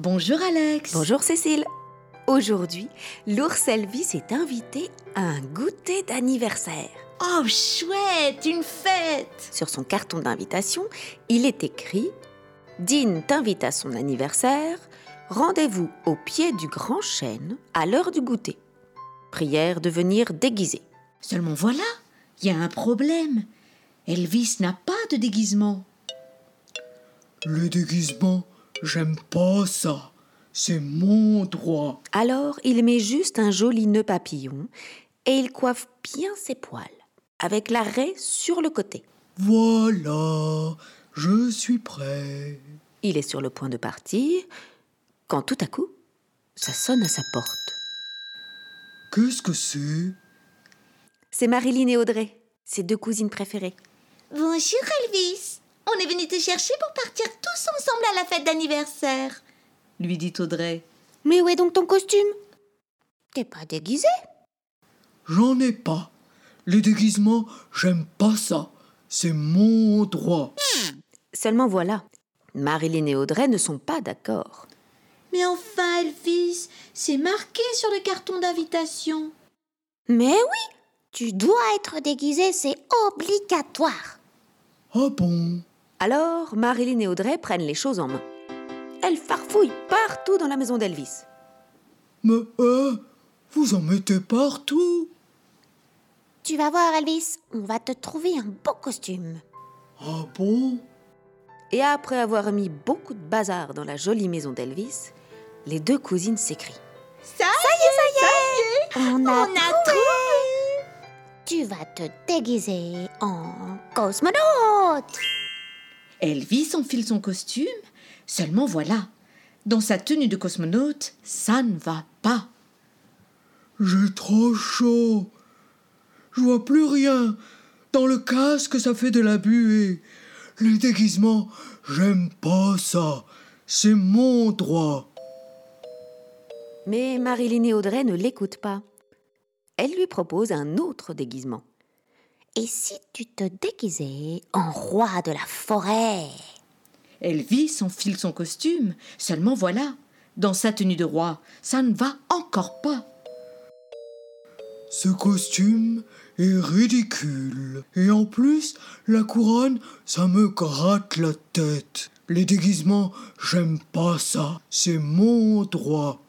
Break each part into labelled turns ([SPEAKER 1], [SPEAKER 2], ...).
[SPEAKER 1] Bonjour Alex.
[SPEAKER 2] Bonjour Cécile. Aujourd'hui, l'ours Elvis est invité à un goûter d'anniversaire.
[SPEAKER 1] Oh chouette, une fête.
[SPEAKER 2] Sur son carton d'invitation, il est écrit Dean t'invite à son anniversaire. Rendez-vous au pied du grand chêne à l'heure du goûter. Prière de venir déguisé.
[SPEAKER 1] Seulement voilà, il y a un problème. Elvis n'a pas de déguisement.
[SPEAKER 3] Le déguisement, j'aime pas ça. C'est mon droit.
[SPEAKER 2] Alors, il met juste un joli nœud papillon et il coiffe bien ses poils, avec l'arrêt sur le côté.
[SPEAKER 3] Voilà, je suis prêt.
[SPEAKER 2] Il est sur le point de partir quand tout à coup, ça sonne à sa porte.
[SPEAKER 3] Qu'est-ce que c'est
[SPEAKER 2] C'est Marilyn et Audrey, ses deux cousines préférées.
[SPEAKER 4] Bonjour Elvis. On est venu te chercher pour partir tous ensemble à la fête d'anniversaire.
[SPEAKER 1] Lui dit Audrey.
[SPEAKER 2] Mais où est donc ton costume
[SPEAKER 4] T'es pas déguisé
[SPEAKER 3] J'en ai pas. Le déguisement, j'aime pas ça. C'est mon droit.
[SPEAKER 2] Seulement voilà, Marilyn et Audrey ne sont pas d'accord.
[SPEAKER 4] Mais enfin Elvis, c'est marqué sur le carton d'invitation.
[SPEAKER 5] Mais oui, tu dois être déguisé, c'est obligatoire.
[SPEAKER 3] Ah bon
[SPEAKER 2] Alors, Marilyn et Audrey prennent les choses en main. Elles farfouillent partout dans la maison d'Elvis.
[SPEAKER 3] Mais euh, vous en mettez partout
[SPEAKER 5] Tu vas voir, Elvis, on va te trouver un beau costume.
[SPEAKER 3] Ah bon
[SPEAKER 2] Et après avoir mis beaucoup de bazar dans la jolie maison d'Elvis, les deux cousines s'écrient.
[SPEAKER 4] Ça, y est,
[SPEAKER 5] On a,
[SPEAKER 4] on a trouvé.
[SPEAKER 5] tu vas te déguiser en cosmonaute.
[SPEAKER 1] Elvis enfile son costume. Seulement voilà, dans sa tenue de cosmonaute, ça ne va pas.
[SPEAKER 3] J'ai trop chaud. Je vois plus rien. Dans le casque, ça fait de la buée. Les déguisements, j'aime pas ça. C'est mon droit.
[SPEAKER 2] Mais Marilyn et Audrey ne l'écoutent pas. Elles lui proposent un autre déguisement.
[SPEAKER 5] Et si tu te déguisais en roi de la forêt
[SPEAKER 1] Elvis enfile son costume. Seulement voilà, dans sa tenue de roi, ça ne va encore pas.
[SPEAKER 3] Ce costume est ridicule. Et en plus, la couronne, ça me gratte la tête. Les déguisements, j'aime pas ça. C'est mon droit.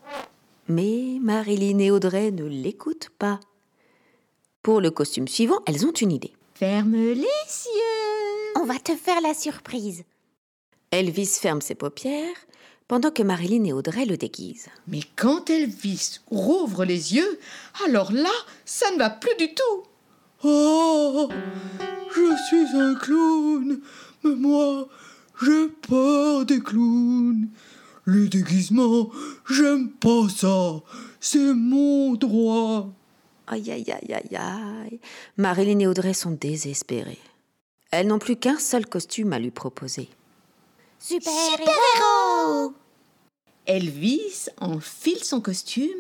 [SPEAKER 2] Mais Marilyn et Audrey ne l'écoutent pas. Pour le costume suivant, elles ont une idée.
[SPEAKER 1] Ferme les yeux.
[SPEAKER 5] On va te faire la surprise.
[SPEAKER 2] Elvis ferme ses paupières pendant que Marilyn et Audrey le déguisent.
[SPEAKER 1] Mais quand Elvis rouvre les yeux, alors là, ça ne va plus du tout.
[SPEAKER 3] Oh Je suis un clown, mais moi, j'ai peur des clowns. Les déguisements, j'aime pas ça. C'est mon droit.
[SPEAKER 2] Aïe, aïe, aïe, aïe, aïe. Marilyn et Audrey sont désespérées. Elles n'ont plus qu'un seul costume à lui proposer.
[SPEAKER 5] Super,
[SPEAKER 4] Super-héros
[SPEAKER 1] Elvis enfile son costume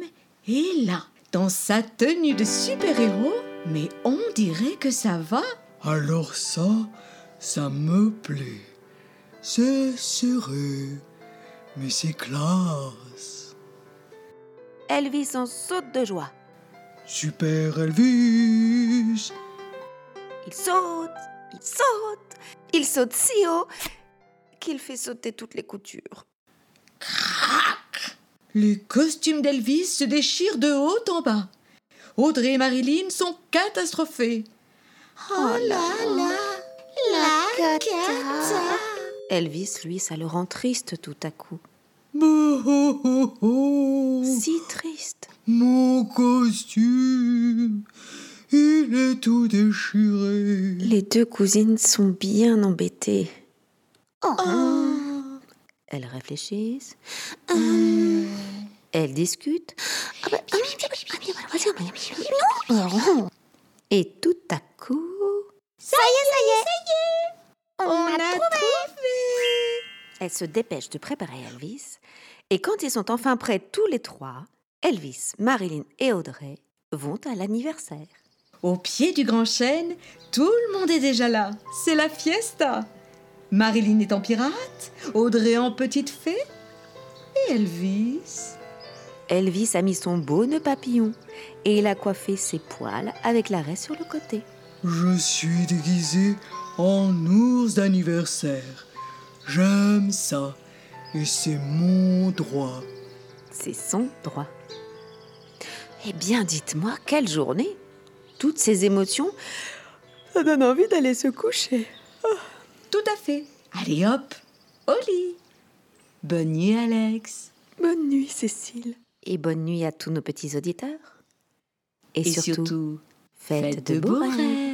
[SPEAKER 1] et là, dans sa tenue de super-héros, mais on dirait que ça va.
[SPEAKER 3] Alors ça, ça me plaît. C'est serré, mais c'est classe.
[SPEAKER 2] Elvis en saute de joie.
[SPEAKER 3] Super Elvis
[SPEAKER 2] Il saute, il saute, il saute si haut qu'il fait sauter toutes les coutures.
[SPEAKER 1] Le costume d'Elvis se déchire de haut en bas. Audrey et Marilyn sont catastrophées.
[SPEAKER 4] Oh là là, la cata.
[SPEAKER 2] Elvis, lui, ça le rend triste tout à coup.
[SPEAKER 3] Bouhouhouhou.
[SPEAKER 2] Si triste.
[SPEAKER 3] Mon costume, il est tout déchiré.
[SPEAKER 2] Les deux cousines sont bien embêtées. Oh. Elles réfléchissent. Elles discutent. Oh. Et tout à coup,
[SPEAKER 4] On a
[SPEAKER 2] elles se dépêchent de préparer Elvis. Et quand ils sont enfin prêts tous les trois, Elvis, Marilyn et Audrey vont à l'anniversaire.
[SPEAKER 1] Au pied du grand chêne, tout le monde est déjà là. C'est la fiesta. Marilyn est en pirate, Audrey en petite fée, Elvis
[SPEAKER 2] Elvis a mis son beau nœud papillon et il a coiffé ses poils avec la raie sur le côté.
[SPEAKER 3] Je suis déguisé en ours d'anniversaire. J'aime ça. Et c'est mon droit.
[SPEAKER 2] C'est son droit. Eh bien, dites-moi, quelle journée Toutes ces émotions Ça donne envie d'aller se coucher.
[SPEAKER 1] Tout à fait. Allez hop, au lit. Bonne nuit Alex.
[SPEAKER 2] Bonne nuit, Cécile. Et bonne nuit à tous nos petits auditeurs. Et,
[SPEAKER 1] Et, surtout, faites de beaux rêves.